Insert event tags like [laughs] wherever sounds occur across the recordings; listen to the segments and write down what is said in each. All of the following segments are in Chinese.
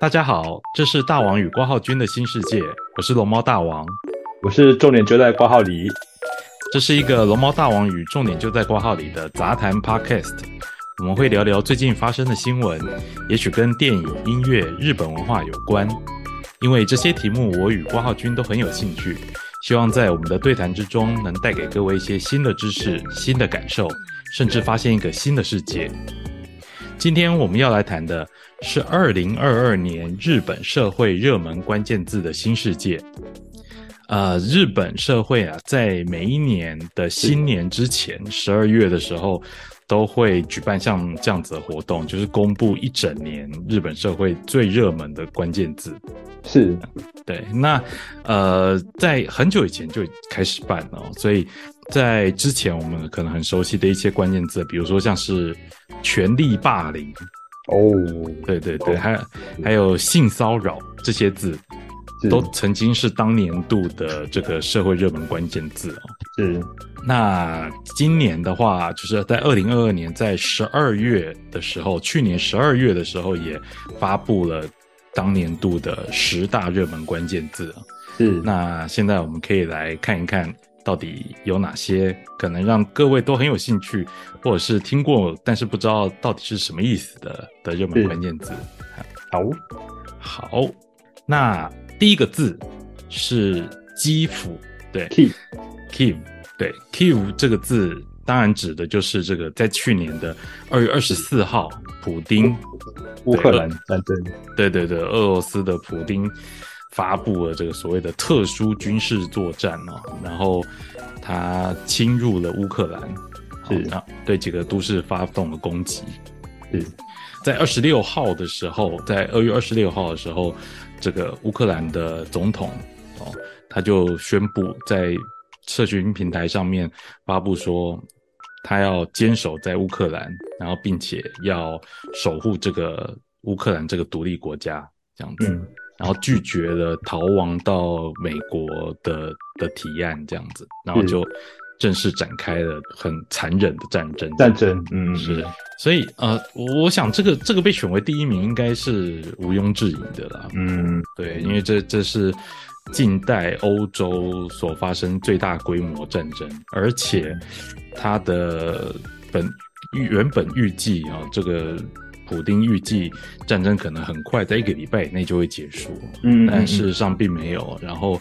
大家好，这是大王与挂号君的新世界，我是龙猫大王。我是重点就在挂号里，这是一个龙猫大王与重点就在挂号里的杂谈 Podcast，我们会聊聊最近发生的新闻，也许跟电影、音乐、日本文化有关。因为这些题目，我与挂号君都很有兴趣，希望在我们的对谈之中，能带给各位一些新的知识、新的感受，甚至发现一个新的世界。今天我们要来谈的是二零二二年日本社会热门关键字的新世界。呃，日本社会啊，在每一年的新年之前，十二月的时候，都会举办像这样子的活动，就是公布一整年日本社会最热门的关键字。是对，那呃，在很久以前就开始办了哦、所以在之前我们可能很熟悉的一些关键字，比如说像是权力霸凌，哦，对对对，还还有性骚扰这些字，是都曾经是当年度的这个社会热门关键字哦。是那今年的话，就是在二零二二年，在十二月的时候，去年十二月的时候也发布了当年度的十大热门关键字啊。是那现在我们可以来看一看，到底有哪些可能让各位都很有兴趣，或者是听过但是不知道到底是什么意思的的热门是关键字。好好，那第一个字是基辅，对 key ，Kiev，对，Kiev 这个字当然指的就是这个在去年的二月二十四号，普丁乌克兰战争，对对对，俄罗斯的普丁发布了这个所谓的特殊军事作战哦，然后他侵入了乌克兰，是好那对几个都市发动了攻击。嗯是在二十六号的时候，在二月二十六号的时候，这个乌克兰的总统哦，他就宣布在社群平台上面发布说，他要坚守在乌克兰，然后并且要守护这个乌克兰这个独立国家这样子，嗯然后拒绝了逃亡到美国的的提案这样子，然后是就正式展开了很残忍的战争。战争，嗯嗯是，所以呃，我我想这个这个被选为第一名应该是毋庸置疑的啦。嗯对，因为这这是近代欧洲所发生最大规模战争，而且它的本原本预计啊、这个普丁预计战争可能很快在一个礼拜以内就会结束，嗯，但事实上并没有，然后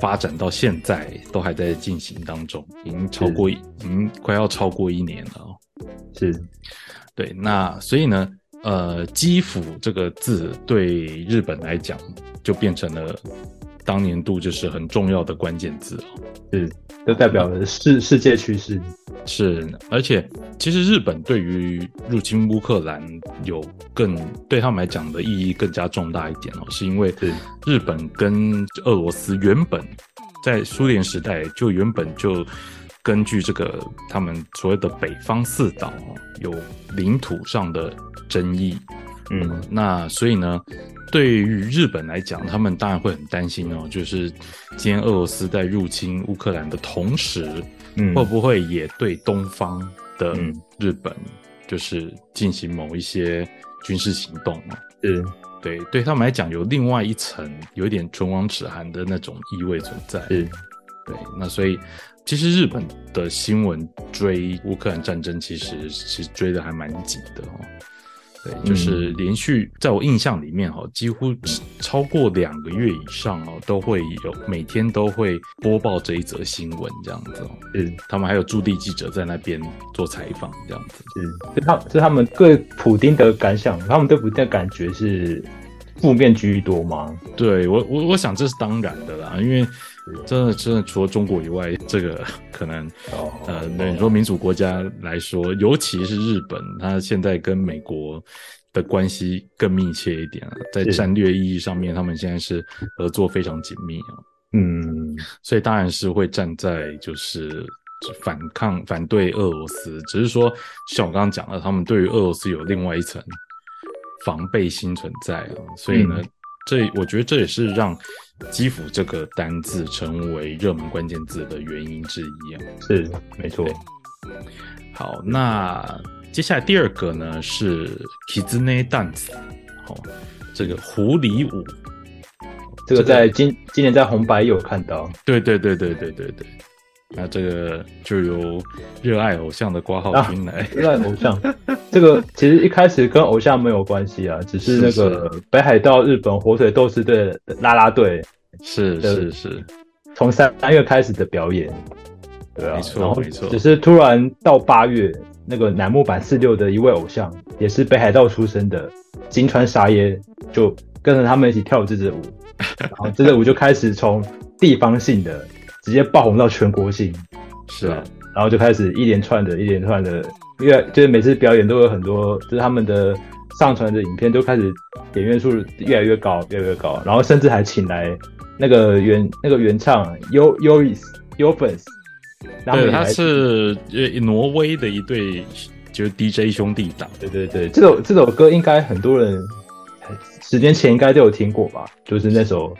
发展到现在都还在进行当中，已经超过一已经快要超过一年了、哦。是对，那所以呢，呃，基辅这个字对日本来讲就变成了当年度就是很重要的关键字哦。是，都代表了世嗯世界趋势，是，而且其实日本对于入侵乌克兰有更对他们来讲的意义更加重大一点哦，是因为是日本跟俄罗斯原本在苏联时代就原本就根据这个他们所谓的北方四岛哦有领土上的争议，嗯那所以呢，对于日本来讲，他们当然会很担心哦，就是今天俄罗斯在入侵乌克兰的同时，嗯会不会也对东方的嗯日本就是进行某一些军事行动呢？是对，对他们来讲有另外一层有一点唇亡齿寒的那种意味存在。是对，那所以其实日本的新闻追乌克兰战争，其实是追的还蛮紧的哦。对，就是连续在我印象里面哦，几乎超过两个月以上哦，都会有每天都会播报这一则新闻这样子哦。是他们还有驻地记者在那边做采访这样子。是，就他就他们对普丁的感想，他们对普丁的感觉是负面居多吗？对我我我想这是当然的啦，因为真的真的除了中国以外，这个 [laughs] 可能哦呃，那你说民主国家来说，尤其是日本，它现在跟美国的关系更密切一点了、啊在是战略意义上面，他们现在是合作非常紧密啊，嗯所以当然是会站在就是反抗、反对俄罗斯，只是说像我刚刚讲了，他们对于俄罗斯有另外一层防备心存在啊，所以呢，嗯这我觉得这也是让基辅这个单字成为热门关键字的原因之一啊。是没错对好，那接下来第二个呢是 kizune dance，好、这个狐狸舞。这这个个在今今年在红白有看到，对对对对对对对，那这个就由热爱偶像的挂号啊君来。热爱偶像。这个其实一开始跟偶像没有关系啊，只是那个北海道日本火腿斗士队的啦啦队是是是，从三三月开始的表演，对啊，没错然后没错只是突然到八月，那个乃木坂四六的一位偶像，也是北海道出身的金川沙耶，就跟着他们一起跳这支舞，然后这支舞就开始从地方性的直接爆红到全国性，是啊，然后就开始一连串的、一连串的，越就是每次表演都有很多，就是他们的上传的影片都开始点阅数越来越高、越来越高，然后甚至还请来那个原那个原唱 U U is U fans，然后对，也他来是呃挪威的一对就是 DJ 兄弟党，对对对，这首这首歌应该很多人十年前应该都有听过吧，就是那首。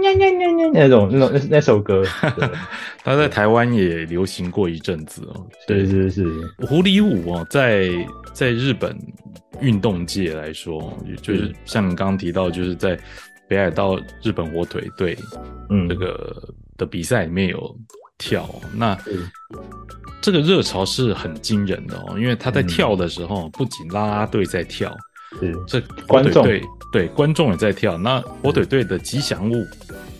那那那那那种那种那那首歌，他在台湾也流行过一阵子哦。 [laughs] 对是是是，狐狸舞哦，在在日本运动界来说，就是像你刚刚提到，就是在北海道日本火腿队嗯，这个的比赛里面有跳，那嗯这个热潮是很惊人的哦，因为他在嗯跳的时候，不仅啦啦队在跳，是这火观腿众队对观众也在跳，那火腿队的吉祥物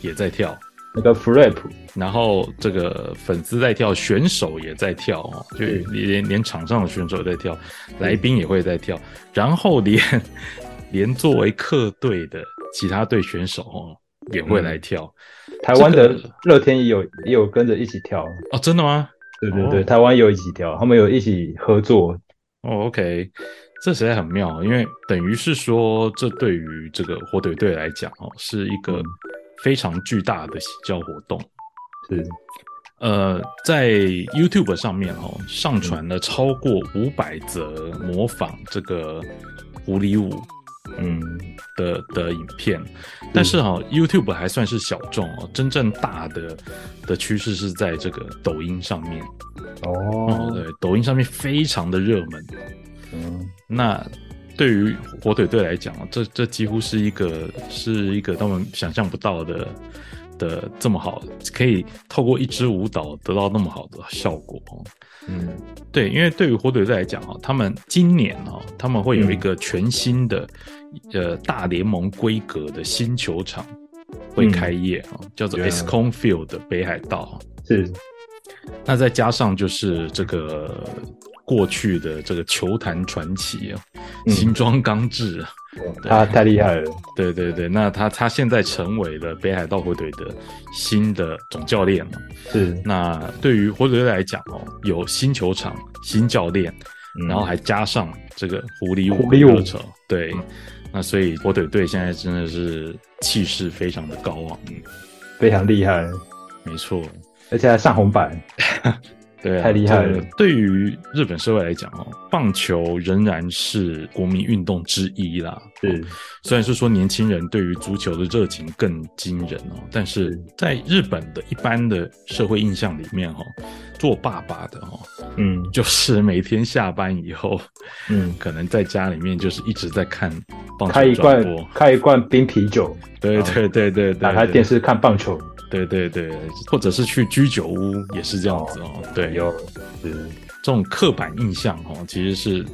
也在跳，那个 Flap，然后这个粉丝在跳，选手也在跳哦，就对连连场上的选手在跳，来宾也会在跳，然后连连作为客队的其他队选手哦也会来跳、台湾这的个乐天也有也有跟着一起跳，哦，真的吗？对对哦对，台湾有一起跳，他们有一起合作，哦，OK，这实在很妙，因为等于是说，这对于这个火腿队来讲哦，是一个嗯非常巨大的洗教活动。是呃，在 YouTube 上面哦，上传了超过五百则模仿这个狐狸舞嗯的的影片，但是哈、YouTube 还算是小众哦，真正大的的趋势是在这个抖音上面哦，哦，对，抖音上面非常的热门，嗯那对于火腿队来讲，这这几乎是一个是一个他们想象不到的的这么好，可以透过一支舞蹈得到那么好的效果。哦嗯对，因为对于火腿队来讲啊哈，他们今年哈他们会有一个全新的、呃大联盟规格的新球场会开业啊，叫做对啊 Escon Field 的北海道。啊是那再加上就是这个过去的这个球坛传奇啊，[laughs] 嗯新庄刚志啊，他太厉害了，对对对，那他他现在成为了北海道火腿的新的总教练了。是那对于火腿队来讲哦，有新球场、新教练，然后还加上这个狐狸舞嗯狐狸舞嗯热潮，对，那所以火腿队现在真的是气势非常的高昂，嗯，非常厉害，没错。而且还上红白，对、啊，太厉害了这个对于日本社会来讲哦，棒球仍然是国民运动之一啦。哦是虽然是说年轻人对于足球的热情更惊人哦，但是在日本的一般的社会印象里面哦，做爸爸的哦， [laughs] 嗯就是每天下班以后，嗯，可能在家里面就是一直在看棒开球一转罐播。开一罐冰啤酒，对对对对对，啊打开电，视看棒球，对对对，或者是去居酒屋也是这样子哦。对，有是这种刻板印象哦，其实是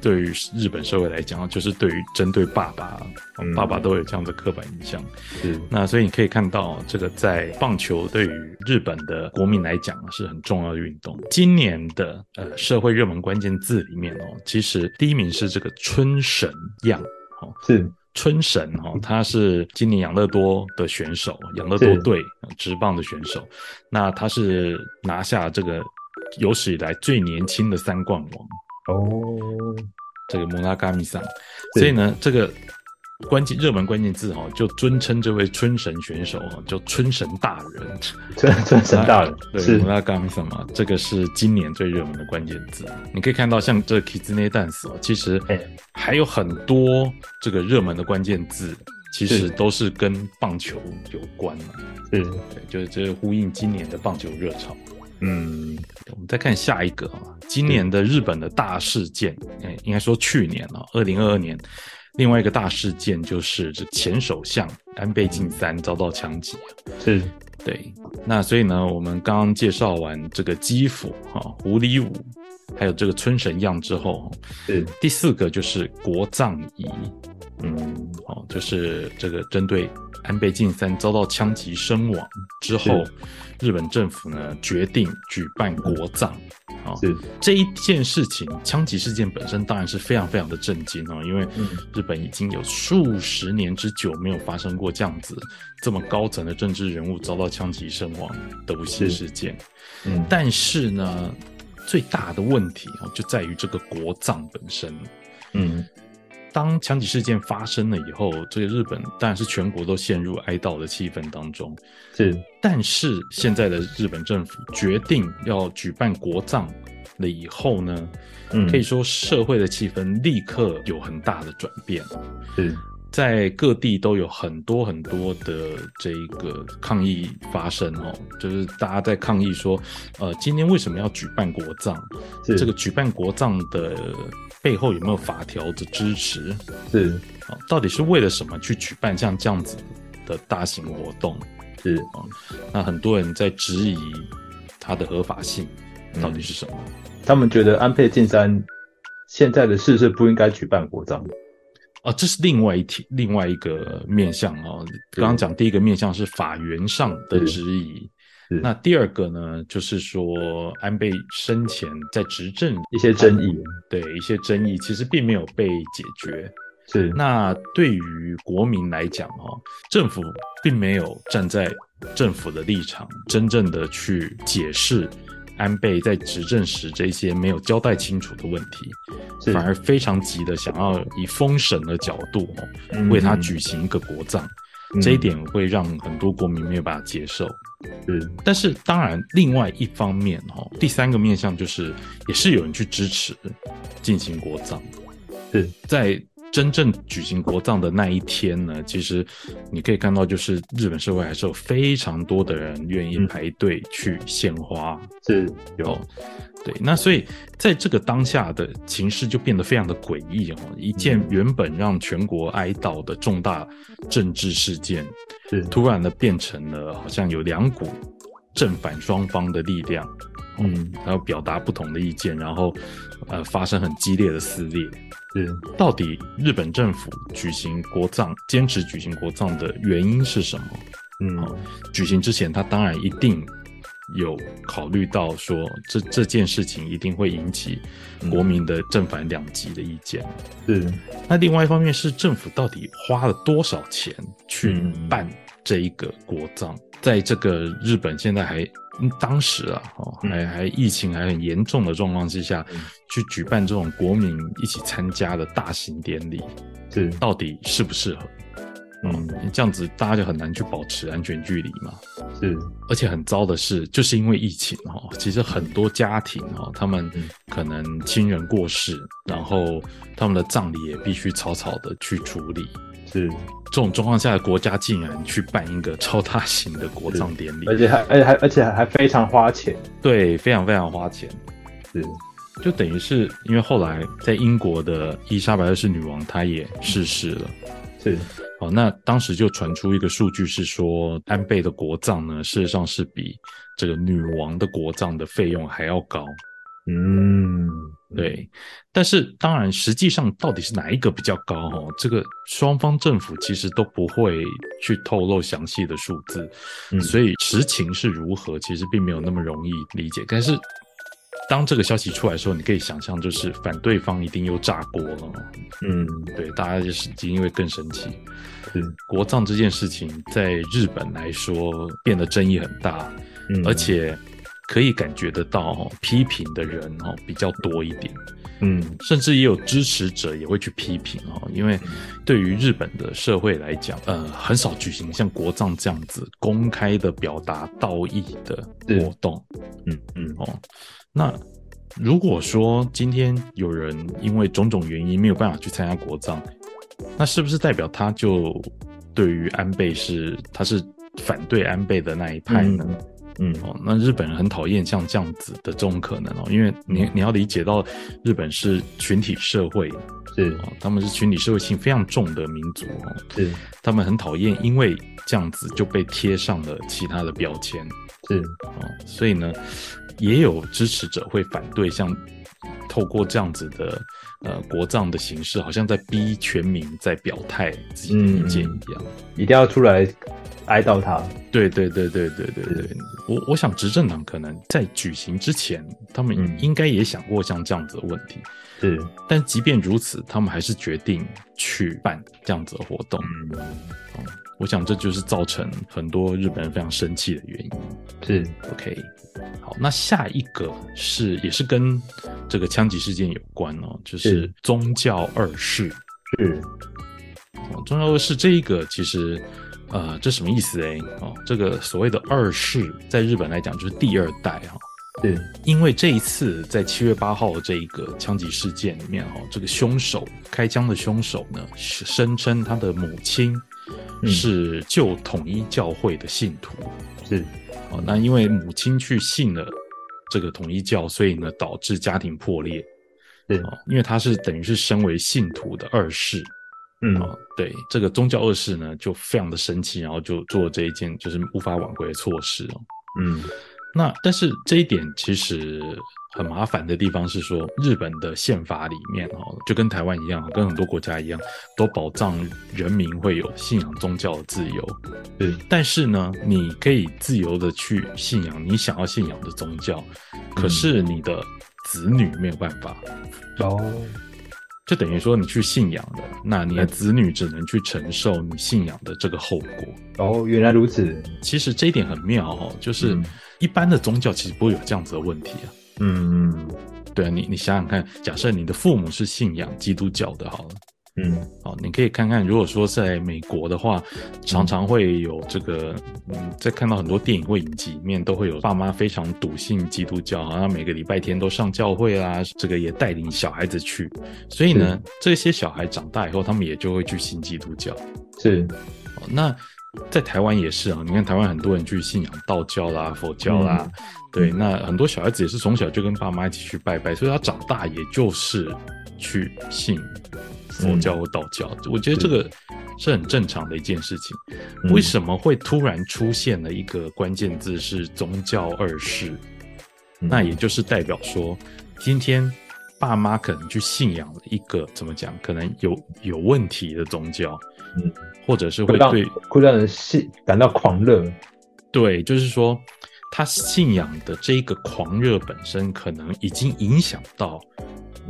对于日本社会来讲，就是对于针对爸爸，嗯爸爸都有这样的刻板印象。是那所以你可以看到，哦这个在棒球对于日本的国民来讲是很重要的运动。今年的呃社会热门关键字里面哦，其实第一名是这个春神样。是春神哦，他是今年养乐多的选手，养乐多是队呃职棒的选手。那他是拿下这个有史以来最年轻的三冠王，哦，这个摩拉嘎米桑。是所以呢，这个关键热门关键字哦，就尊称这位春神选手哦，叫春神大人。真真神大人对，是摩拉嘎米桑嘛，这个是今年最热门的关键字。你可以看到，像这 Kizune Dance 哦，其实哎还有很多这个热门的关键字。其实是都是跟棒球有关嘛，是对，就是这呼应今年的棒球热潮。嗯我们再看下一嗯哦个啊，今年的日本的大事件，哎，应该说去年啊，二零二二年，另外一个大事件就是这前首相安倍晋三遭到枪击。是对，那所以呢，我们刚刚介绍完这个基辅哈、狐狸舞，还有这个村神样之后，是第四个就是国葬仪，嗯，哦，就是这个针对安倍晋三遭到枪击身亡之后是，日本政府呢决定举办国葬。哦，是这一件事情，枪击事件本身当然是非常非常的震惊哦，因为嗯日本已经有数十年之久没有发生过这样子这么高层的政治人物遭到枪击身亡的无锡是事件。嗯但是呢，最大的问题哦，就在于这个国葬本身。嗯当枪击事件发生了以后，这个日本当然是全国都陷入哀悼的气氛当中。是但是现在的日本政府决定要举办国葬了以后呢，嗯可以说社会的气氛立刻有很大的转变。是在各地都有很多很多的这一个抗议发生哦，就是大家在抗议说，呃，今天为什么要举办国葬？是这个举办国葬的背后有没有法条的支持？是哦，到底是为了什么去举办像这样子的大型活动？是哦那很多人在质疑它的合法性嗯到底是什么？他们觉得安倍晋三现在的逝世不应该举办国葬，啊，这是另外一题，另外一个面向哦。是刚刚讲第一个面向是法源上的是质疑是，那第二个呢，就是说安倍生前在执政一些争议对一些争议，其实并没有被解决。是那对于国民来讲，哦，政府并没有站在政府的立场，真正的去解释安倍在执政时这些没有交代清楚的问题。是反而非常急的想要以封神的角度、哦、为他举行一个国葬，嗯这一点会让很多国民没有办法接受。是但是当然，另外一方面哦，第三个面向就是也是有人去支持进行国葬，是在。真正举行国葬的那一天呢，其实你可以看到，就是日本社会还是有非常多的人愿意嗯排队去献花，是有哦，对，那所以在这个当下的情势就变得非常的诡异哦，一件嗯原本让全国哀悼的重大政治事件，是突然的变成了好像有两股正反双方的力量，嗯然后表达不同的意见，然后呃发生很激烈的撕裂。是到底日本政府举行国葬，坚持举行国葬的原因是什么？嗯举行之前，他当然一定有考虑到说这这件事情一定会引起嗯国民的正反两极的意见。是那另外一方面是政府到底花了多少钱去嗯办这一个国葬？在这个日本现在还嗯当时啊，哦，嗯还还疫情还很严重的状况之下嗯，去举办这种国民一起参加的大型典礼，是到底适不适合？嗯这样子大家就很难去保持安全距离嘛。是而且很糟的是，就是因为疫情哦，其实很多家庭哦，他们嗯可能亲人过世，然后他们的葬礼也必须草草的去处理。是，这种状况下，国家竟然去办一个超大型的国葬典礼而，且还而且还而且还非常花钱，对，非常非常花钱。是就等于是因为后来在英国的伊莎白二世女王她也逝世了，是哦，那当时就传出一个数据是说，安倍的国葬呢，事实上是比这个女王的国葬的费用还要高。嗯对，但是当然，实际上到底是哪一个比较高哦？这个双方政府其实都不会去透露详细的数字，嗯所以实情是如何，其实并没有那么容易理解。但是当这个消息出来的时候，你可以想象，就是反对方一定又炸锅了哦，嗯对，大家就是一定会更生气。是国葬这件事情在日本来说变得争议很大，嗯，而且可以感觉得到、哦、批评的人哦比较多一点。嗯甚至也有支持者也会去批评哦，因为对于日本的社会来讲，呃，很少举行像国葬这样子公开的表达道义的活动嗯嗯哦。那如果说今天有人因为种种原因没有办法去参加国葬，那是不是代表他就对于安倍是他是反对安倍的那一派呢？嗯嗯哦，那日本人很讨厌像这样子的这种可能哦，因为你你要理解到，日本是群体社会，是哦，他们是群体社会性非常重的民族哦，是他们很讨厌因为这样子就被贴上了其他的标签是，哦，所以呢，也有支持者会反对像透过这样子的呃国葬的形式，好像在逼全民在表态自己的意见一样。一定要出来哀悼他。对对对对对对对是，我我想执政党可能在举行之前，他们嗯应该也想过像这样子的问题，是，但即便如此，他们还是决定去办这样子的活动。嗯，我想这就是造成很多日本人非常生气的原因。是 OK，好，那下一个是也是跟这个枪击事件有关哦，就是是宗教二世。是，哦，宗教二世这一个其实，呃，这什么意思哎？哦，这个所谓的二世，在日本来讲就是第二代哈、哦。是因为这一次在七月八号这一个枪击事件里面，哈，哦这个凶手开枪的凶手呢，是声称他的母亲嗯是旧统一教会的信徒，是哦，那因为母亲去信了这个统一教，所以呢导致家庭破裂，是哦，因为他是等于是身为信徒的二世，嗯哦，对，这个宗教二世呢就非常的生气，然后就做这一件就是无法挽回的措施哦。嗯那但是这一点其实很麻烦的地方是说，日本的宪法里面哦，就跟台湾一样，跟很多国家一样，都保障人民会有信仰宗教的自由。是但是呢，你可以自由的去信仰你想要信仰的宗教，可是你的子女没有办法，哦就等于说你去信仰的，那你的子女只能去承受你信仰的这个后果。哦，原来如此，其实这一点很妙哦，就是嗯一般的宗教其实不会有这样子的问题啊。嗯嗯对啊，你你想想看，假设你的父母是信仰基督教的，好了，嗯，好，你可以看看，如果说在美国的话，常常会有这个，嗯，在看到很多电影或影集里面都会有爸妈非常笃信基督教，好像每个礼拜天都上教会啊，这个也带领小孩子去，所以呢，这些小孩长大以后，他们也就会去信基督教。是哦那在台湾也是啊，你看台湾很多人去信仰道教啦、佛教嗯啦，对，那很多小孩子也是从小就跟爸妈一起去拜拜，所以他长大也就是去信佛嗯教或道教。我觉得这个是很正常的一件事情。嗯为什么会突然出现了一个关键字是宗教二世？嗯那也就是代表说，今天爸妈可能去信仰了一个怎么讲，可能有有问题的宗教，嗯或者是会会让对会让人是感到狂热，对，就是说他信仰的这个狂热本身，可能已经影响到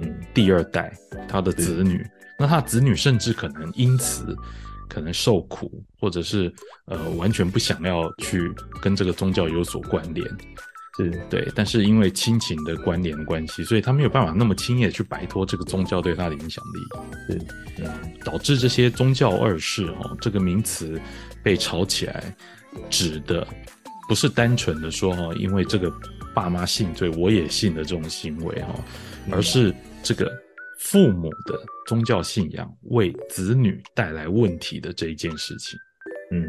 嗯第二代他的子女，那他的子女甚至可能因此可能受苦，或者是呃完全不想要去跟这个宗教有所关联。是对，但是因为亲情的关联关系，所以他没有办法那么轻易的去摆脱这个宗教对他的影响力，是嗯导致这些宗教二世哦这个名词被炒起来，指的不是单纯的说哦，因为这个爸妈信，所以我也信的这种行为哦，而是这个父母的宗教信仰为子女带来问题的这一件事情，嗯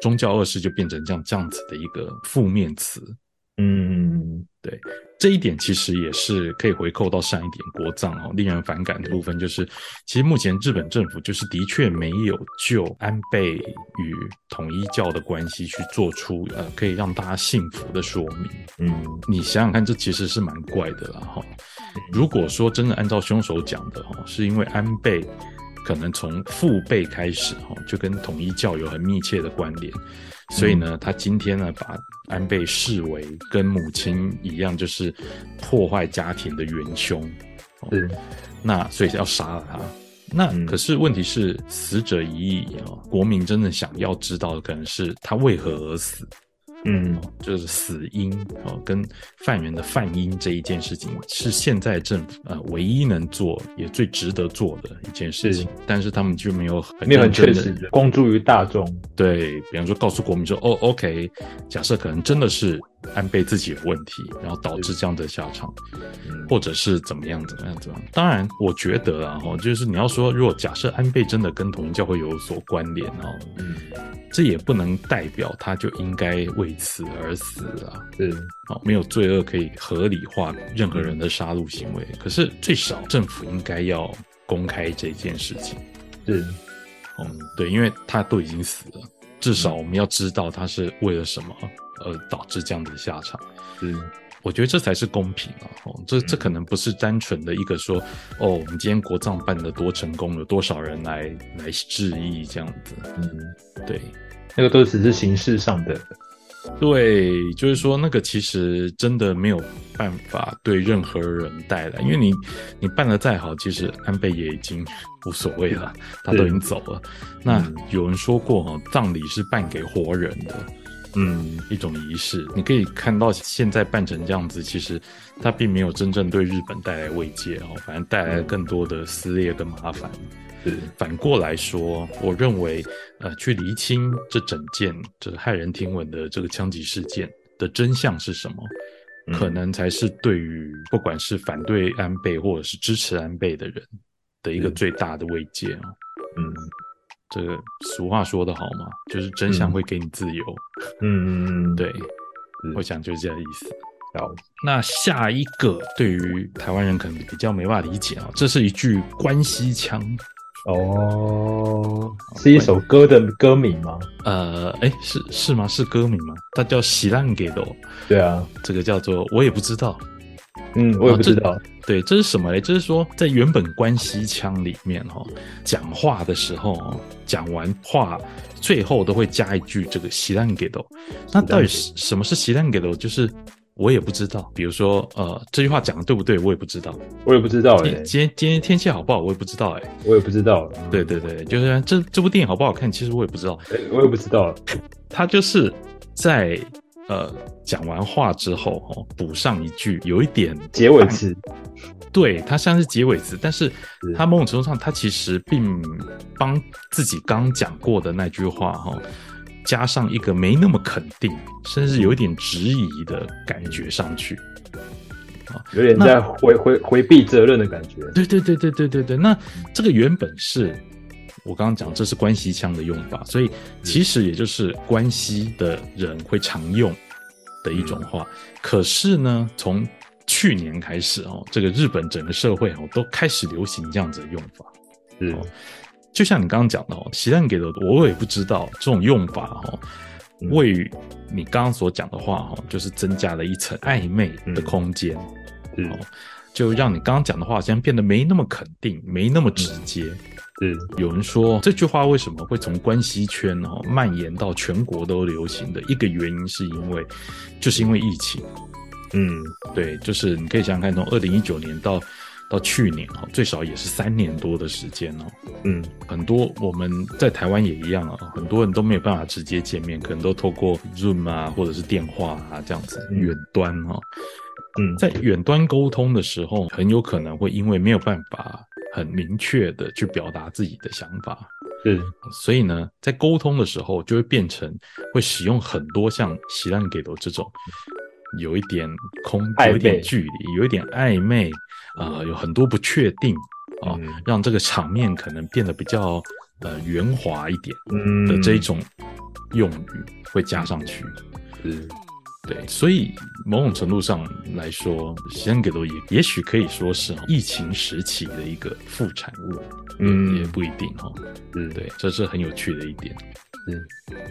宗教二世就变成这样这样子的一个负面词。嗯这一点其实也是可以回扣到上一点国葬哦，令人反感的部分就是，其实目前日本政府就是的确没有就安倍与统一教的关系去做出呃可以让大家信服的说明。嗯你想想看，这其实是蛮怪的啦哈。如果说真的按照凶手讲的哈，是因为安倍可能从父辈开始哈就跟统一教有很密切的关联，所以呢，他今天呢把安倍视为跟母亲一样，就是破坏家庭的元凶，是那所以要杀了他。那嗯可是问题是，死者已矣哦，国民真正想要知道的可能是他为何而死，嗯就是死因哦，跟犯人的犯因这一件事情，是现在政府呃唯一能做也最值得做的一件事情，但是他们就没有很没有很认真确地实的公诸于大众，对，比方说告诉国民说，哦，OK，假设可能真的是安倍自己有问题，然后导致这样的下场，嗯或者是怎么样怎么样怎么样。当然，我觉得啊，哈，就是你要说，如果假设安倍真的跟统一教会有所关联哦，嗯这也不能代表他就应该为此而死啊。是哦，没有罪恶可以合理化任何人的杀戮行为。可是最少政府应该要公开这件事情。是嗯，对，因为他都已经死了，至少我们要知道他是为了什么而导致这样的下场。是我觉得这才是公平啊！哦、这这可能不是单纯的一个说，哦，我们今天国葬办得多成功，有多少人来来致意这样子。嗯，对那个都只是形式上的，对，就是说那个其实真的没有办法对任何人带来，因为你你办得再好，其实安倍也已经无所谓了，他都已经走了。那嗯有人说过哈、哦，葬礼是办给活人的，嗯，一种仪式。你可以看到现在办成这样子，其实它并没有真正对日本带来慰藉哦，反而带来了更多的撕裂跟麻烦。是反过来说，我认为，呃，去厘清这整件这骇人听闻的这个枪击事件的真相是什么，嗯可能才是对于不管是反对安倍或者是支持安倍的人的一个嗯最大的慰藉哦。嗯这个俗话说得好嘛，就是真相嗯会给你自由。嗯嗯嗯，对，是我想就是这个意思。了那下一个对于台湾人可能比较没办法理解啊、这是一句关西腔，哦，是一首歌的歌名吗？呃，哎，是是吗？是歌名吗？它叫《喜烂给的》，对啊，这个叫做我也不知道。嗯，哦我也不知道，对，这是什么嘞？这是说在原本关西腔里面哦，讲话的时候哦，讲完话最后都会加一句这个“喜烂给的”。那到底是什么是“喜烂给的”？就是我也不知道。比如说，呃，这句话讲的对不对？我也不知道。我也不知道哎、今今天今天天气好不好？我也不知道哎、我也不知道，对对对，就是这这部电影好不好看，其实我也不知道。哎我也不知道，他就是在呃讲完话之后哦，补上一句，有一点结尾 [laughs] 词，对他像是结尾词，但是他某种程度上，他其实并帮自己刚讲过的那句话哈、哦，加上一个没那么肯定，甚至有一点质疑的感觉上去。有点在回回回避责任的感觉，对对对对对对对，那这个原本是我刚刚讲，这是关西腔的用法，所以嗯其实也就是关西的人会常用的一种嗯话。可是呢，从去年开始哦，这个日本整个社会哦都开始流行这样子的用法。哦是就像你刚刚讲的哦，习蛋给的我也不知道这种用法哦，嗯位于你刚刚所讲的话哦，就是增加了一层暧昧的嗯空间。是哦就让你刚刚讲的话好像变得没那么肯定，没那么直接。是，有人说这句话为什么会从关西圈哦蔓延到全国都流行的一个原因，是因为就是因为疫情。嗯对，就是你可以想想看，从二零一九年到到去年哦，最少也是三年多的时间哦。嗯很多我们在台湾也一样啊、很多人都没有办法直接见面，可能都透过 Zoom 啊，或者是电话啊这样子嗯远端哦。嗯，在远端沟通的时候，很有可能会因为没有办法很明确的去表达自己的想法，是所以呢，在沟通的时候就会变成会使用很多像喜烂给的这种有一点空、暧昧有一点距离、有一点暧昧啊、有很多不确定啊、嗯让这个场面可能变得比较呃圆滑一点嗯的这一种用语会加上去。是对，所以某种程度上来说，西安给多也也许可以说是疫情时期的一个副产物，嗯也不一定哈、哦。是对，这是很有趣的一点。嗯是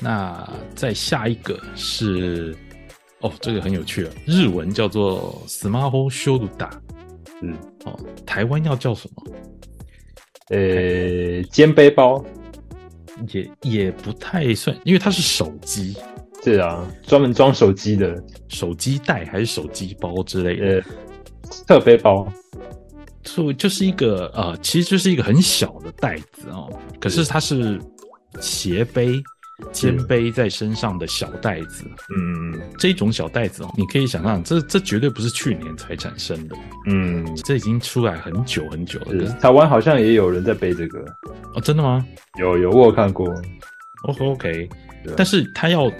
那再下一个是，哦，这个很有趣了，日文叫做 “smartphone s h o u l d a 是，哦，台湾要叫什么？呃，肩背包。也也不太算，因为它是手机、是啊，专门装手机的，手机袋还是手机包之类的。呃，侧背包，就就是一个呃，其实就是一个很小的袋子哦，可是它是斜背、肩背在身上的小袋子。嗯嗯这种小袋子哦，你可以想象，这这绝对不是去年才产生的，嗯，嗯这已经出来很久很久了。可是是台湾好像也有人在背这个，哦，真的吗有有我有看过， ？OK OK，对啊但是它要。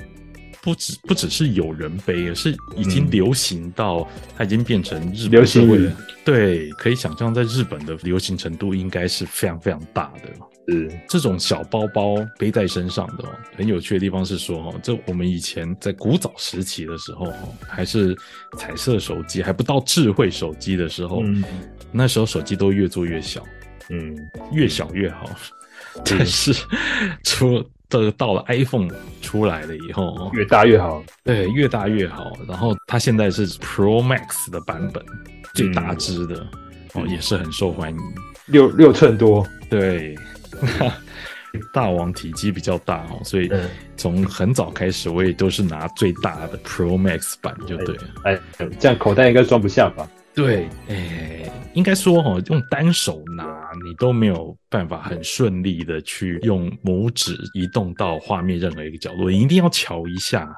不只不只是有人背，是已经嗯流行到、它已经变成日本流行社会语了。对，可以想象在日本的流行程度应该是非常非常大的。是这种小包包背在身上的、哦，很有趣的地方是说，哦，这我们以前在古早时期的时候，哦，还是彩色手机还不到智慧手机的时候，嗯那时候手机都越做越小，嗯，越小越好。但是 [laughs] 出这个到了 iPhone 出来了以后，哦越大越好，对，越大越好。然后它现在是 Pro Max 的版本，最大只的、哦，也是很受欢迎。六六寸多， [laughs] 对，大王体积比较大哦，所以嗯从很早开始我也都是拿最大的 Pro Max 版就对了。哎，这样口袋应该装不下吧？对，哎、应该说哦，用单手拿你都没有办法很顺利的去用拇指移动到画面任何一个角落，你一定要瞧一下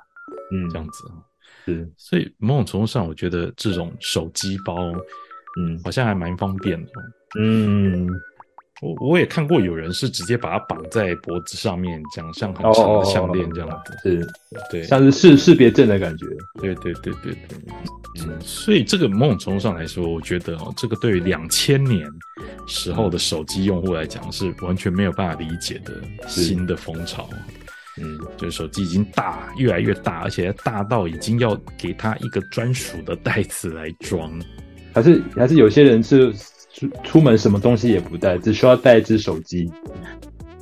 嗯，这样子哦。是，所以某种程度上，我觉得这种手机包嗯好像还蛮方便的哦。嗯，我我也看过有人是直接把它绑在脖子上面，这样像哦很长的项链这样子。是，对，哦像是识识别证的感觉，对对对对对。嗯所以这个某种程度上来说，我觉得哦，这个对于两千年时候的手机用户来讲是完全没有办法理解的是新的风潮。嗯就是手机已经大，越来越大，而且大到已经要给它一个专属的袋子来装。还是还是有些人是出出门什么东西也不带，只需要带一只手机，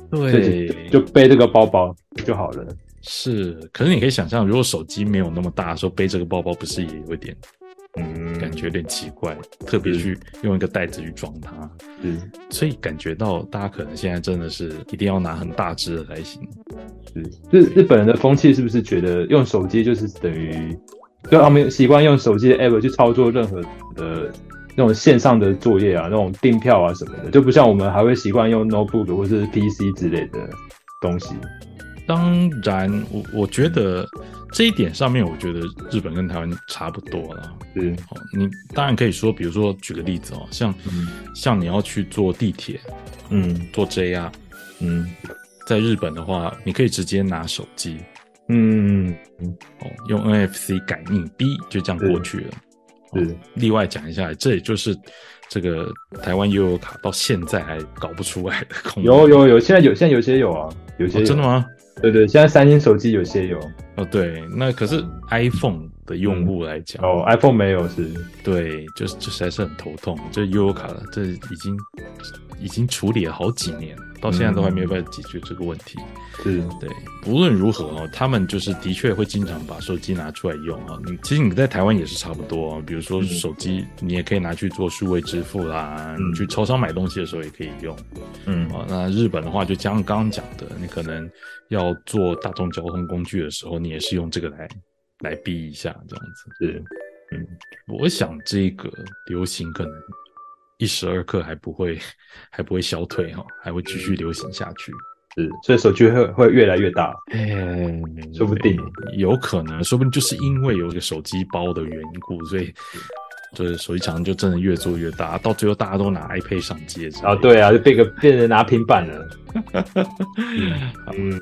所以对，就就背这个包包就好了。是。可是你可以想象，如果手机没有那么大的时候，背这个包包不是也有一点嗯，感觉有点奇怪？特别去用一个袋子去装它。是所以感觉到大家可能现在真的是一定要拿很大只的才行。是日日本人的风气是不是觉得用手机就是等于，就他们习惯用手机的 app 去操作任何的呃那种线上的作业啊，那种订票啊什么的，就不像我们还会习惯用 notebook 或是 PC 之类的东西。当然，我我觉得这一点上面，我觉得日本跟台湾差不多了。是，哦，你当然可以说，比如说举个例子哦，像嗯像你要去坐地铁、嗯坐 JR，嗯在日本的话，你可以直接拿手机嗯，哦，用 NFC 感应 B 就这样过去了。是例外讲一下，这也就是这个台湾悠游卡到现在还搞不出来的功能。有有有，现在有现在有些有啊，有些哦有真的吗？对对，现在三星手机有些有，哦，对，那可是 iPhone 的用户来讲，嗯哦 iPhone 没有是，对，就是这实在是很头痛。这悠游卡这已经已经处理了好几年，到现在都还没有办法解决这个问题。是对，无论如何哦，他们就是的确会经常把手机拿出来用啊、哦。你其实你在台湾也是差不多、哦，比如说嗯手机你也可以拿去做数位支付啦，嗯你去超商买东西的时候也可以用。嗯啊，那日本的话，就像刚刚讲的，你可能要坐大众交通工具的时候，你也是用这个来来逼一下这样子。是我想这个流行可能一时二刻还不会 [laughs] 还不会消退哈、哦，还会继嗯续流行下去。是，所以手机会会越来越大，哎，说不定有可能，说不定就是因为有一个手机包的缘故，所以就是手机厂就真的越做越大，到最后大家都拿 iPad 上街之类的啊对啊，就变个变成拿平 [laughs] 板了，嗯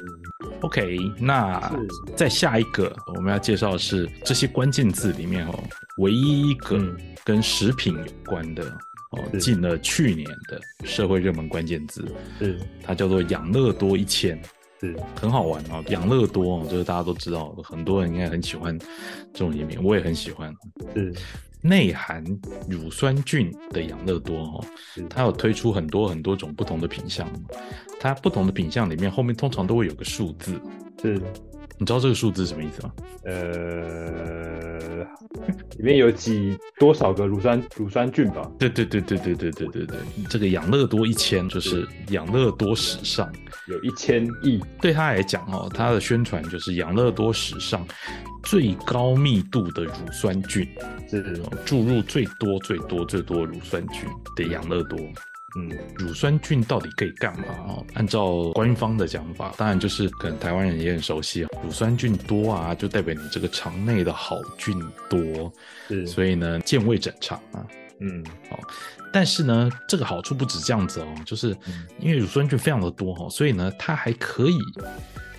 OK，那是再下一个我们要介绍的是这些关键字里面哦，唯一一个嗯跟食品有关的哦，是进了去年的社会热门关键字，嗯是它叫做养乐多一千。是很好玩哦，养乐多哦，就是大家都知道，很多人应该很喜欢这种饮品，我也很喜欢。是内含乳酸菌的养乐多哦是，它有推出很多很多种不同的品相，它不同的品相里面后面通常都会有个数字，是你知道这个数字是什么意思吗？呃，里面有几多少个乳酸乳酸菌吧？对对对对对对对对对，这个养乐多一千就是养乐多史上，有一千亿，对他来讲哦，它的宣传就是养乐多史上最高密度的乳酸菌，是哦注入最多最多最多乳酸菌的养乐多。嗯乳酸菌到底可以干嘛？哦，按照官方的讲法，当然就是可能台湾人也很熟悉，啊乳酸菌多啊，就代表你这个肠内的好菌多，是所以呢，健胃整肠啊。嗯但是呢，这个好处不止这样子哦，就是嗯因为乳酸菌非常的多哦，所以呢，它还可以，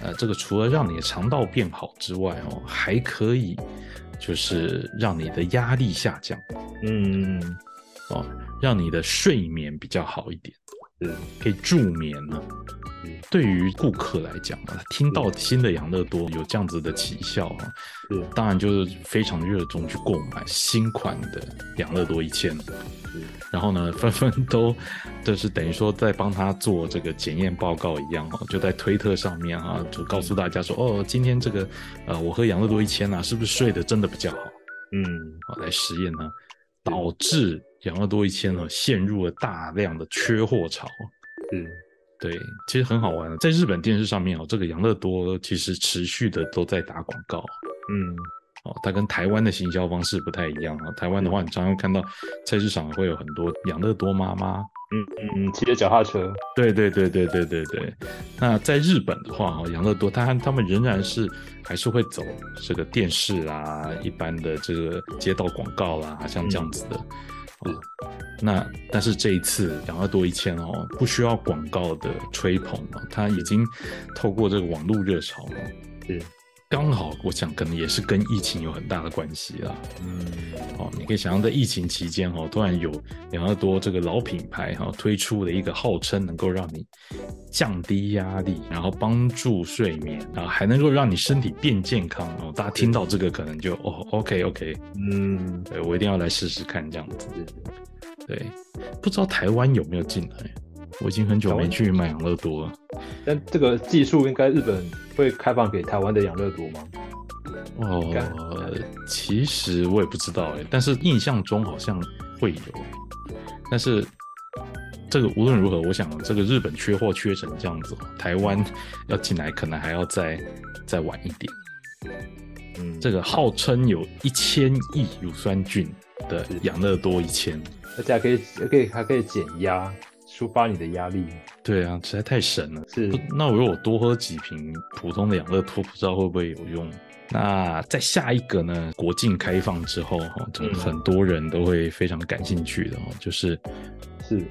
呃，这个除了让你的肠道变好之外哦，还可以就是让你的压力下降嗯嗯哦，让你的睡眠比较好一点。是可以助眠呢、对于顾客来讲啊，听到新的养乐多有这样子的奇效啊，是当然就是非常热衷去购买新款的养乐多一千的是，然后呢， [laughs] 纷纷都就是等于说在帮他做这个检验报告一样哦，就在推特上面啊，就告诉大家说，哦，今天这个呃，我喝养乐多一千啊，是不是睡得真的比较好？嗯啊来实验呢，导致养乐多一千呢陷入了大量的缺货潮。是对，其实很好玩的，啊在日本电视上面哦，这个养乐多其实持续的都在打广告嗯哦，它跟台湾的行销方式不太一样啊。台湾的话，你常常看到菜市场会有很多养乐多妈妈。嗯嗯嗯，骑着脚踏车，对对对对对对对。那在日本的话，哦，养乐多它他们仍然是还是会走这个电视啊，一般的这个街道广告啦、像这样子的。嗯哦那但是这一次养乐多一千哦，不需要广告的吹捧哦，它已经透过这个网络热潮哦，是刚好我想可能也是跟疫情有很大的关系啦。嗯哦，你可以想象在疫情期间哦，突然有养乐多这个老品牌哈、哦、推出了一个号称能够让你降低压力，然后帮助睡眠，然后还能够让你身体变健康哦。大家听到这个可能就哦，OK OK，嗯对我一定要来试试看这样子。是对，不知道台湾有没有进来？我已经很久没去买养乐多了。但这个技术应该日本会开放给台湾的养乐多吗？干哦，其实我也不知道哎，但是印象中好像会有哎，但是这个无论如何，我想这个日本缺货缺成这样子哦，台湾要进来可能还要再再晚一点。嗯，这个号称有一千亿乳酸菌的养乐多一千，而且还可以还可以还可以减压，抒发你的压力，对啊，实在太神了。是不那我如果多喝几瓶普通的养乐多，不知道会不会有用。那在下一个呢？国境开放之后，哈，这个嗯很多人都会非常感兴趣的哦，就是是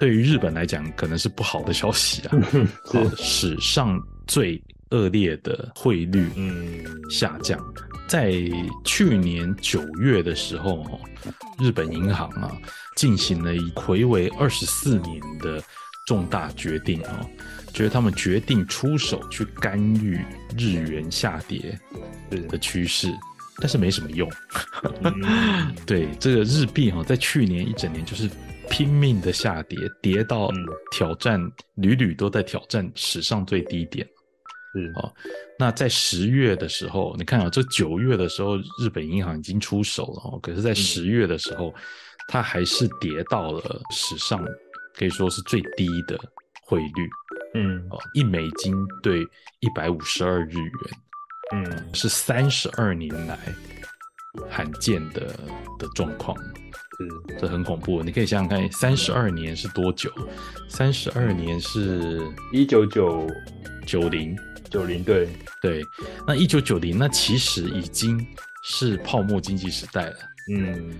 对于日本来讲，可能是不好的消息啊，好嗯是史上最恶劣的汇率嗯下降。在去年九月的时候，哦日本银行啊进行了一魁违二十四年的重大决定哦，就是他们决定出手去干预日元下跌是的趋势，但是没什么用。 [laughs] 嗯对这个日币哈、在去年一整年就是拼命的下跌，跌到嗯挑战屡屡都在挑战史上最低点。是好那在十月的时候，你看啊、这九月的时候，日本银行已经出手了哦，可是，在十月的时候，它还是跌到了史上可以说是最低的汇率嗯哦，一美金对一百五十二日元，嗯是三十二年来罕见的的状况。是这很恐怖，哦你可以想想看，三十二年是多久？三十二年是一九九九零，九零对对，那一九九零，那其实已经是泡沫经济时代了。嗯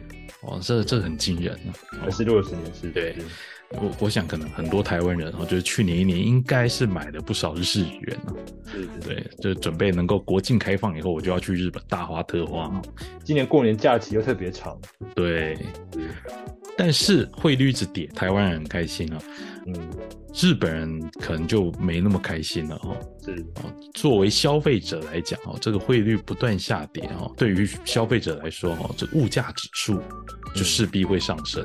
哦，这这很惊人啊！还是六十年是对是我我想可能很多台湾人，哦，就是去年一年应该是买了不少日元啊。是是对，就准备能够国境开放以后，我就要去日本大花特花。啊今年过年假期又特别长，对，但是汇率一直跌，台湾人很开心啊，嗯日本人可能就没那么开心了哦。是哦，作为消费者来讲哦，这个汇率不断下跌哦，对于消费者来说哦，这物价指数就势必会上升，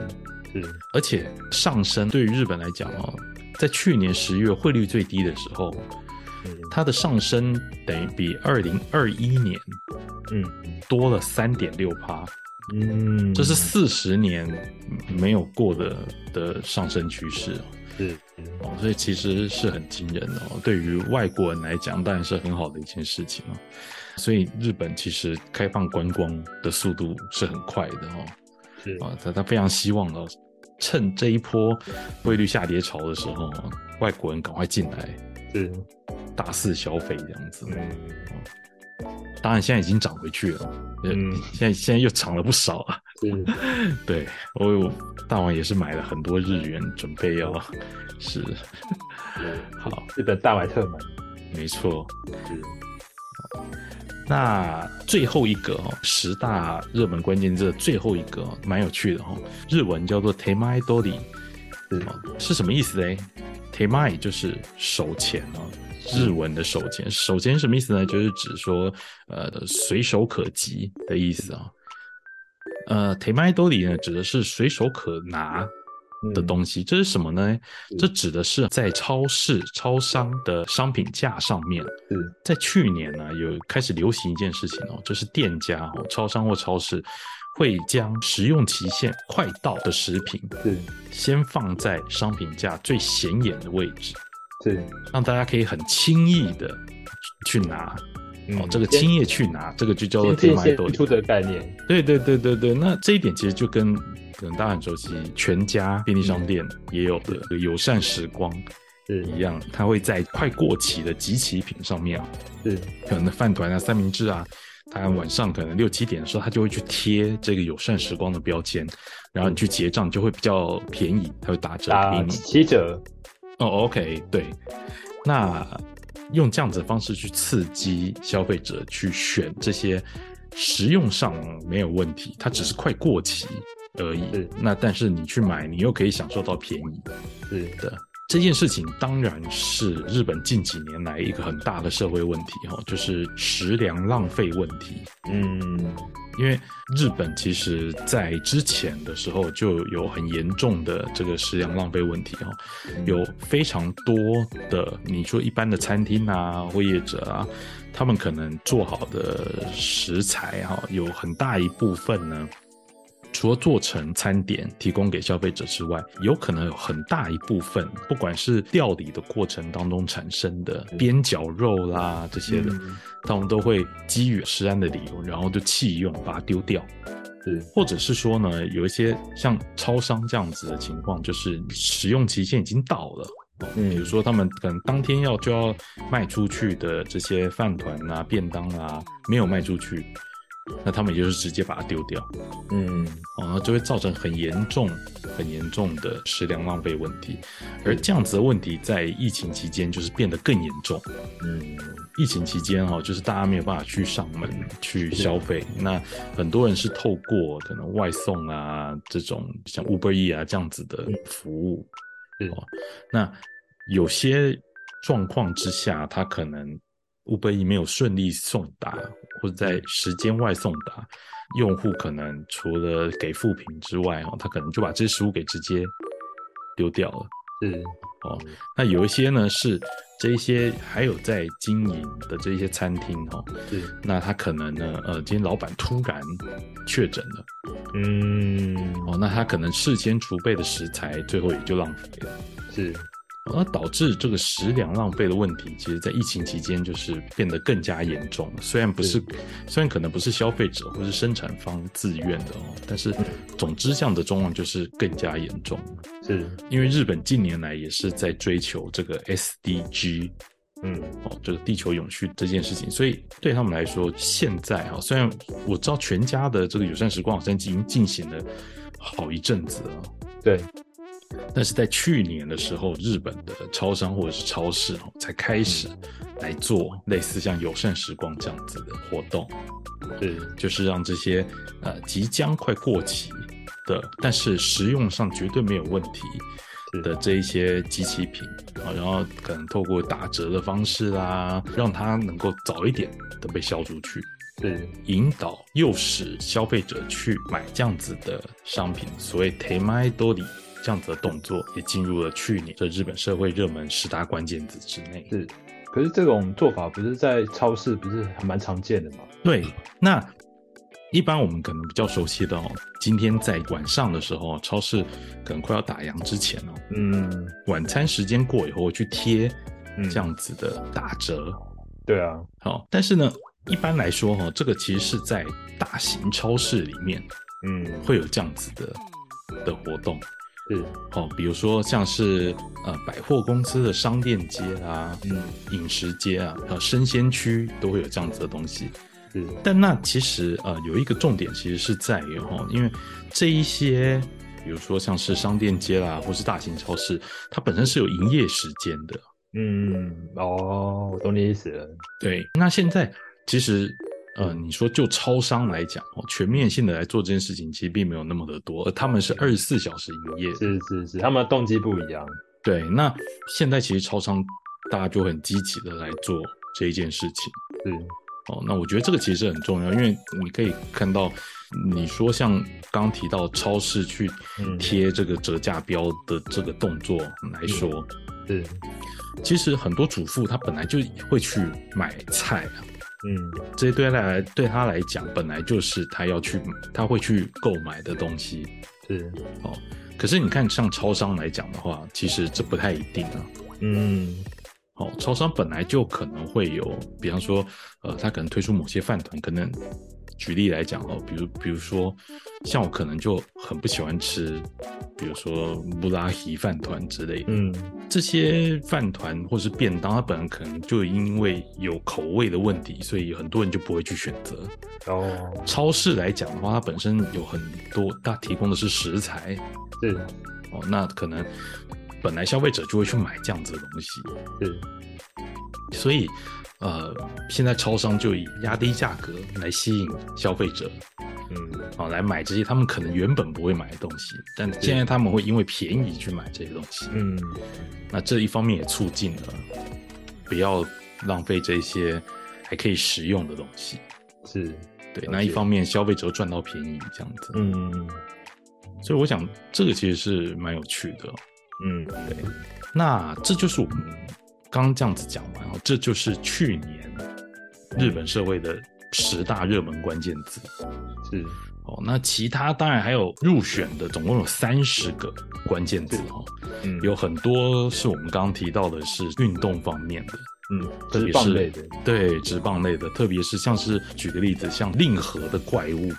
是而且上升对于日本来讲哦，在去年十月汇率最低的时候，嗯它的上升等于比二零二一年嗯多了三点六趴，嗯这是四十年没有过的的上升趋势哦。是哦，所以其实是很惊人的哦。对于外国人来讲，当然是很好的一件事情哦。所以日本其实开放观光的速度是很快的哦。是啊，他他非常希望哦，趁这一波汇率下跌潮的时候哦，外国人赶快进来是大肆消费这样子。嗯当然现在已经涨回去了，嗯嗯，现在现在又涨了不少啊。 [laughs] 是对我有大王也是买了很多日元，准备要是好。日本大买特买没错，是那最后一个哦，十大热门关键字的最后一个、哦、蛮有趣的哦，日文叫做 “temai dori”，是哦是什么意思嘞 t e m a i 就是手钱啊，日文的手钱。手钱什么意思呢？就是指说呃随手可及的意思啊。呃 t e m a i d o r i 呢指的是随手可拿的东西，这是什么呢？是这指的是在超市、超商的商品架上面，西是在去年呢、有开始流行一件事情哦，就是店家哦、超商或超市会将食用期限快到的食品是先放在商品架最显眼的位置，是，让大家可以很轻易的去拿。哦，这个嗯先轻易去拿，这个就叫做先进 “team 先出的概念，对对对对对，那这一点其实就跟可能大家很熟悉，全家便利商店也有的这个友善时光是一样，它会在快过期的集齐品上面啊，是可能饭团啊、三明治啊，它晚上可能六七点的时候，它就会去贴这个友善时光的标签，然后你去结账就会比较便宜，它会打折给打你。七折，哦，OK，对，那用这样子的方式去刺激消费者去选这些实用上没有问题，它只是快过期而已是。那但是你去买，你又可以享受到便宜是的。这件事情当然是日本近几年来一个很大的社会问题哦，就是食粮浪费问题。嗯因为日本其实在之前的时候就有很严重的这个食粮浪费问题哦，嗯有非常多的你说一般的餐厅啊或业者啊，他们可能做好的食材哈、有很大一部分呢。除了做成餐点提供给消费者之外，有可能有很大一部分，不管是料理的过程当中产生的边角肉啦这些的，嗯他们都会基于食安的理由，然后就弃用把它丢掉，是或者是说呢，有一些像超商这样子的情况，就是使用期限已经到了。哦嗯比如说，他们可能当天要就要卖出去的这些饭团啊、便当啊，没有卖出去，那他们也就是直接把它丢掉，嗯哦，然后就会造成很严重、很严重的食粮浪费问题。而这样子的问题，在疫情期间就是变得更严重。嗯疫情期间哈、哦，就是大家没有办法去上门去消费，那很多人是透过可能外送啊这种像 Uber E 啊这样子的服务，哦是那有些状况之下，他可能 Uber E 没有顺利送达，或者在时间外送达，用户可能除了给负评之外哦，他可能就把这些食物给直接丢掉了。是那有一些呢是这一些还有在经营的这一些餐厅哦，是那他可能呢，呃，今天老板突然确诊了嗯哦，那他可能事先储备的食材最后也就浪费了。是哦那导致这个食粮浪费的问题，其实在疫情期间就是变得更加严重了。虽然不是，虽然可能不是消费者或是生产方自愿的哦，但是总之这样的状况就是更加严重。是因为日本近年来也是在追求这个 SDG 嗯哦，这个地球永续这件事情，所以对他们来说，现在啊，虽然我知道全家的这个友善时光好像已经进行了好一阵子了，对但是在去年的时候，日本的超商或者是超市哦，才开始来做类似像友善时光这样子的活动，是就是让这些呃即将快过期的，但是食用上绝对没有问题是的这一些机器品啊，然后可能透过打折的方式啦，让它能够早一点的被销出去，是引导诱使消费者去买这样子的商品，所谓 t e m a i d o r i 这样子的动作也进入了去年的日本社会热门十大关键字之内。是，可是这种做法不是在超市不是还蛮常见的吗？对，那一般我们可能比较熟悉的哦，今天在晚上的时候，超市可能快要打烊之前哦，嗯，晚餐时间过以后去贴嗯这样子的打折。对啊，好、但是呢，一般来说哈、哦，这个其实是在大型超市里面嗯会有这样子的的活动。是哦，比如说像是呃百货公司的商店街啊、嗯饮食街啊、呃生鲜区都会有这样子的东西。是但那其实呃有一个重点，其实是在于哈、因为这一些，比如说像是商店街啦，或是大型超市，它本身是有营业时间的。嗯哦，我懂你意思了。对，那现在其实呃，你说就超商来讲，哦，全面性的来做这件事情，其实并没有那么的多，而他们是二十四小时营业。是是是，他们的动机不一样。对，那现在其实超商大家就很积极的来做这一件事情。是，哦，那我觉得这个其实很重要，因为你可以看到，你说像刚提到超市去嗯贴这个折价标的这个动作来说，是，其实很多主妇她本来就会去买菜啊，嗯，这对她来对她来讲本来就是她要去她会去购买的东西。是，可是你看，像超商来讲的话，其实这不太一定啊。嗯，哦，超商本来就可能会有，比方说，呃，他可能推出某些饭团，可能举例来讲哦，比如比如说，像我可能就很不喜欢吃，比如说布拉提饭团之类的，嗯，这些饭团或是便当，它本来可能就因为有口味的问题，所以很多人就不会去选择。哦，超市来讲的话，它本身有很多，它提供的是食材是哦，那可能本来消费者就会去买这样子的东西。是，所以，呃，现在超商就以压低价格来吸引消费者嗯，啊、来买这些他们可能原本不会买的东西，但现在他们会因为便宜去买这些东西。嗯，那这一方面也促进了不要浪费这些还可以食用的东西。是，对，了解那一方面消费者赚到便宜这样子，嗯，所以我想这个其实是蛮有趣的哦。嗯，对，那这就是我们刚刚这样子讲完哦，这就是去年日本社会的十大热门关键字是，哦。那其他当然还有入选的，总共有三十个关键字哦，嗯，有，很多是我们刚刚提到的是运动方面的，嗯，特别直棒是类的，对，职棒类的，特别是像是举个例子，像令和的怪物，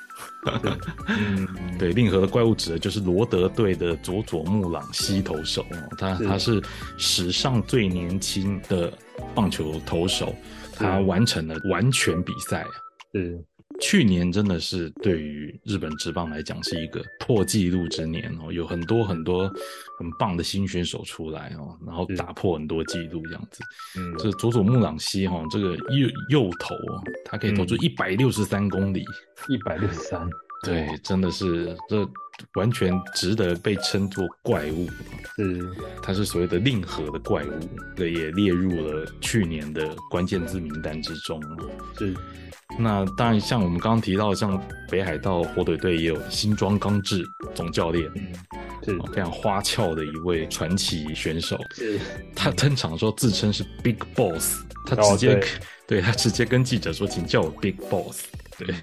嗯，对，令和的怪物指的就是罗德队的佐佐木朗希投手哦，他是他是史上最年轻的棒球投手，他是完成了完全比赛。是，去年真的是对于日本职棒来讲是一个破纪录之年哦，有很多很多很棒的新选手出来哦，然后是打破很多纪录这样子。嗯，这佐佐木朗希哈、哦，这个右右投哦，他可以投出嗯一百六十三公里。一百六十三，对，真的是这完全值得被称作怪物，是，它是所谓的令和的怪物，这也列入了去年的关键字名单之中。是，那当然，像我们刚刚提到，像北海道火腿队也有新庄刚志总教练，嗯，是哦，非常花俏的一位传奇选手。是，他登场的时候自称是 Big Boss，他哦直接、对对他直接跟记者说，请叫我 Big Boss。对，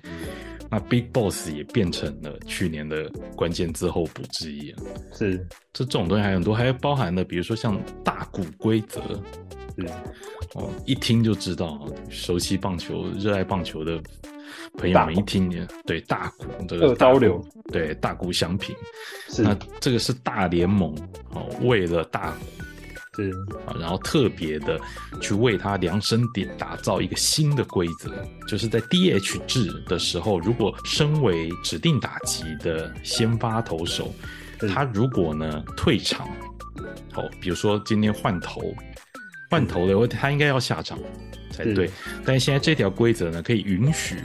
那 Big Boss 也变成了去年的关键字候补之一啊。是，这这种东西还有很多，还包含了比如说像大股规则是，哦，一听就知道啊，熟悉棒球、热爱棒球的朋友大们股一听也对大股这个二刀流，对大股相平，是，那这个是大联盟哦，为了大股是，啊，然后特别的去为他量身点打造一个新的规则，就是在 DH 制的时候，如果身为指定打击的先发投手，是他如果呢退场，哦，比如说今天换头，换头的话，他应该要下场才是对，但是现在这条规则呢，可以允许。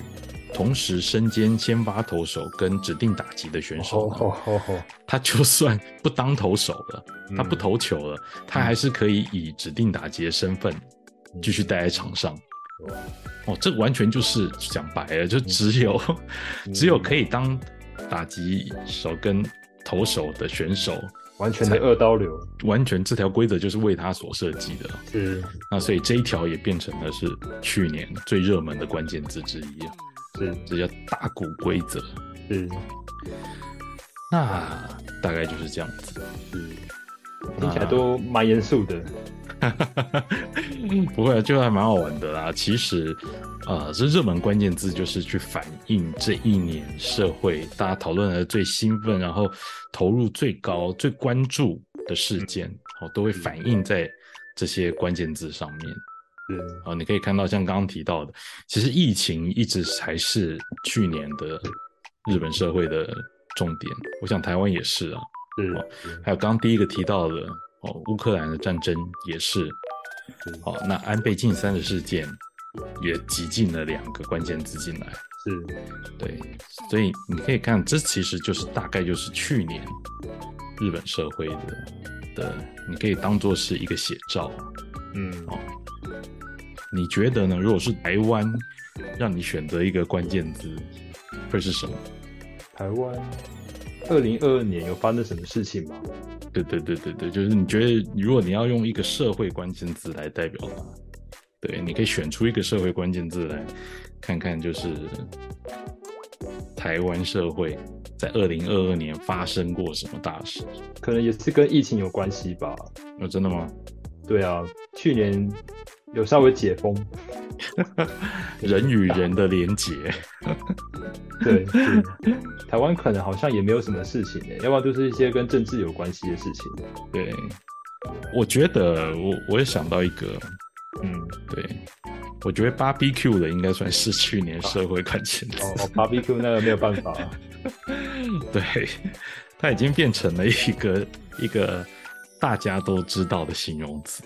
同时身兼先发投手跟指定打击的选手吼呢，吼吼吼，他就算不当投手了，他嗯不投球了，他还是可以以指定打击的身份继续待在场上。哦，这完全就是讲白了，就只有、 [laughs] 只有可以当打击手跟投手的选手，完全的二刀流，完全这条规则就是为他所设计的。是，那所以这一条也变成了是去年最热门的关键字之一，是，这叫大股规则。是，那大概就是这样子。是，听起来都蛮严肃的， [laughs] 不会，就还蛮好玩的啦。其实，呃，这热门关键字就是去反映这一年社会大家讨论的最兴奋，然后投入最高、最关注的事件，哦，都会反映在这些关键字上面。是，哦，你可以看到，像刚刚提到的，其实疫情一直才是去年的日本社会的重点。我想台湾也是啊，是，还有刚刚第一个提到的哦，乌克兰的战争也是，是哦，那安倍晋三的事件也挤进了两个关键字进来。是对，所以你可以看，这其实就是大概就是去年日本社会的的，你可以当做是一个写照。嗯你觉得呢？如果是台湾，让你选择一个关键字，会是什么？台湾二零二二年有发生什么事情吗？对对对对对，就是你觉得，如果你要用一个社会关键字来代表它，对，你可以选出一个社会关键字来看看，就是台湾社会在二零二二年发生过什么大事？可能也是跟疫情有关系吧。哦，真的吗？对啊，去年有稍微解封，人与人的连结，对， [laughs] 是台湾可能好像也没有什么事情、欸，要不然就是一些跟政治有关系的事情。对，我觉得我我也想到一个，嗯，对，我觉得 BBQ 的应该算是去年社会关键字。哦哦，barbecue 那个没有办 [laughs] 法，对，它已经变成了一个一个大家都知道的形容词。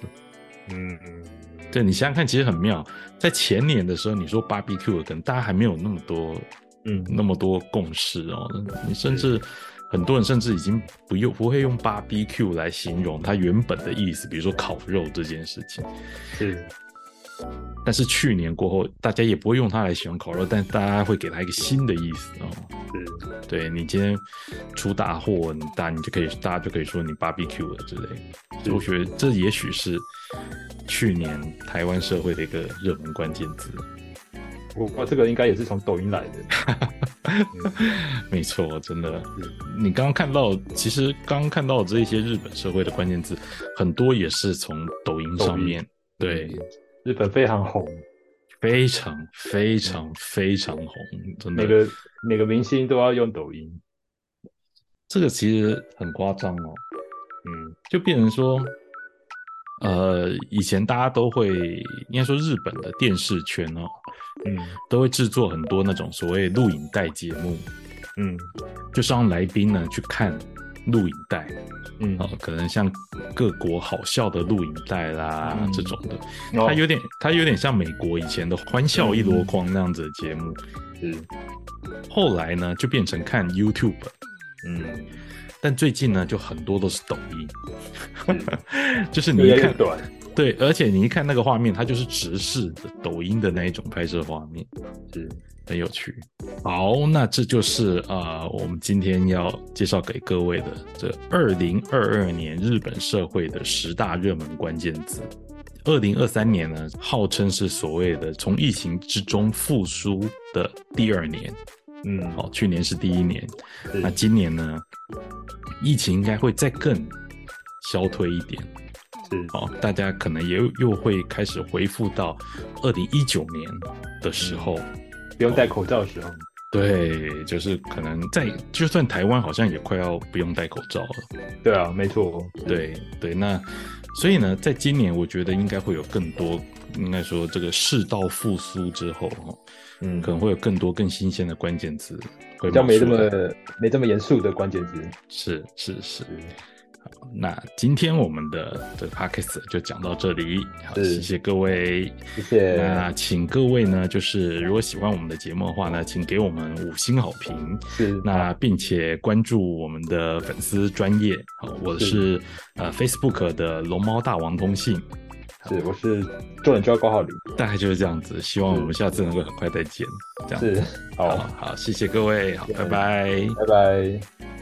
嗯嗯，对你想想看，其实很妙。在前年的时候，你说 BBQ 可能大家还没有那么多嗯，那么多共识哦，你甚至很多人甚至已经不用不会用 BBQ 来形容它原本的意思，比如说烤肉这件事情。是，但是去年过后，大家也不会用它来形容烤肉，但是大家会给它一个新的意思哦。是，对你今天出大祸，你大你就可以大家就可以说你 barbecue 了之类的。所以我觉得这也许是去年台湾社会的一个热门关键字。 [laughs] 我我这个应该也是从抖音来的，没错，真的是。你刚刚看到，其实刚刚看到这一些日本社会的关键字，很多也是从抖音上面，对，日本非常红，非常非常非常红，真的。每个每个明星都要用抖音，这个其实很夸张哦。嗯，就变成说，呃，以前大家都会，应该说日本的电视圈哦，嗯都会制作很多那种所谓录影带节目，嗯就是让来宾呢去看录影带，嗯，哦，可能像各国好笑的录影带啦、嗯这种的，哦它有点它有点像美国以前的欢笑一箩筐那样子的节目，嗯是，后来呢就变成看 YouTube，嗯，但最近呢就很多都是抖音， [laughs] [laughs] 就是你越一来越看。嗯短，对，而且你一看那个画面，它就是直视的抖音的那一种拍摄画面，是，很有趣。好，那这就是啊、呃我们今天要介绍给各位的这二零二二年日本社会的十大热门关键字。二零二三年呢，号称是所谓的从疫情之中复苏的第二年，嗯，哦，去年是第一年，是，那今年呢，疫情应该会再更消退一点。是，哦，大家可能也又又会开始恢复到二零一九年的时候，不用戴口罩的时候，对，就是可能在就算台湾好像也快要不用戴口罩了，对啊，没错，对对，那所以呢，在今年我觉得应该会有更多，应该说这个世道复苏之后，哦嗯，可能会有更多更新鲜的关键词会比较冒没出这么来没这么严肃的关键字，是是是。好那今天我们的这个 podcast 就讲到这里，好，是谢谢各位。谢谢，那请各位呢，就是如果喜欢我们的节目的话呢，请给我们五星好评。是，那并且关注我们的粉丝专业，好，我是呃 Facebook 的龙猫大王通信，是，我是中人就要挂号礼，大概就是这样子。希望我们下次能够很快再见，这样是子。，好，好，谢谢各位，好，拜拜。拜拜。